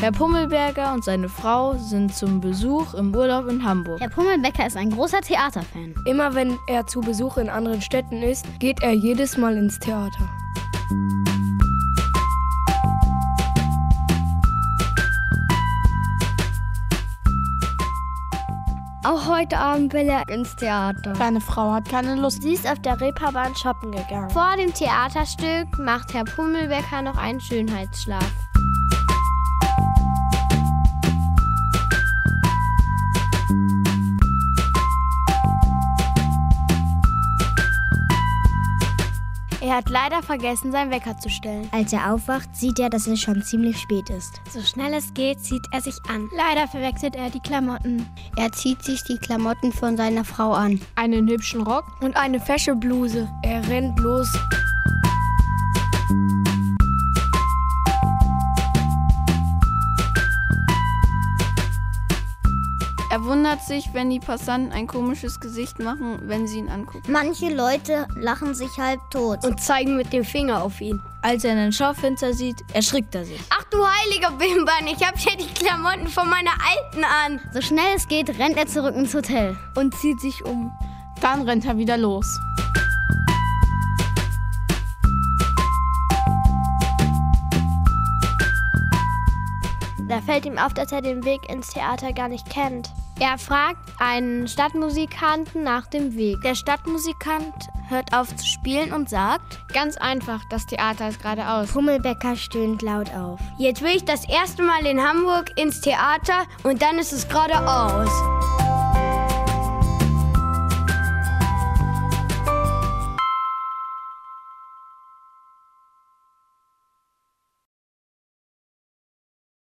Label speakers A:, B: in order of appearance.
A: Herr Pummelberger und seine Frau sind zum Besuch im Urlaub in Hamburg.
B: Herr Pummelbecker ist ein großer Theaterfan.
C: Immer wenn er zu Besuch in anderen Städten ist, geht er jedes Mal ins Theater.
D: Auch heute Abend will er ins Theater.
E: Seine Frau hat keine Lust.
F: Sie ist auf der Reeperbahn shoppen gegangen.
G: Vor dem Theaterstück macht Herr Pummelbecker noch einen Schönheitsschlaf.
F: Er hat leider vergessen, seinen Wecker zu stellen.
H: Als er aufwacht, sieht er, dass es schon ziemlich spät ist.
I: So schnell es geht, zieht er sich an.
F: Leider verwechselt er die Klamotten.
B: Er zieht sich die Klamotten von seiner Frau an.
E: Einen hübschen Rock
C: und eine fesche Bluse. Er rennt los.
J: Er wundert sich, wenn die Passanten ein komisches Gesicht machen, wenn sie ihn angucken.
K: Manche Leute lachen sich halb tot
L: und zeigen mit dem Finger auf ihn.
A: Als er einen Schaufenster sieht, erschrickt er sich.
G: Ach du heiliger Bimban, ich hab ja die Klamotten von meiner alten an.
B: So schnell es geht, rennt er zurück ins Hotel
E: und zieht sich um. Dann rennt er wieder los.
F: Da fällt ihm auf, dass er den Weg ins Theater gar nicht kennt.
G: Er fragt einen Stadtmusikanten nach dem Weg.
F: Der Stadtmusikant hört auf zu spielen und sagt:
I: Ganz einfach, das Theater ist geradeaus.
H: Pummelbecker stöhnt laut auf.
G: Jetzt will ich das erste Mal in Hamburg ins Theater und dann ist es geradeaus.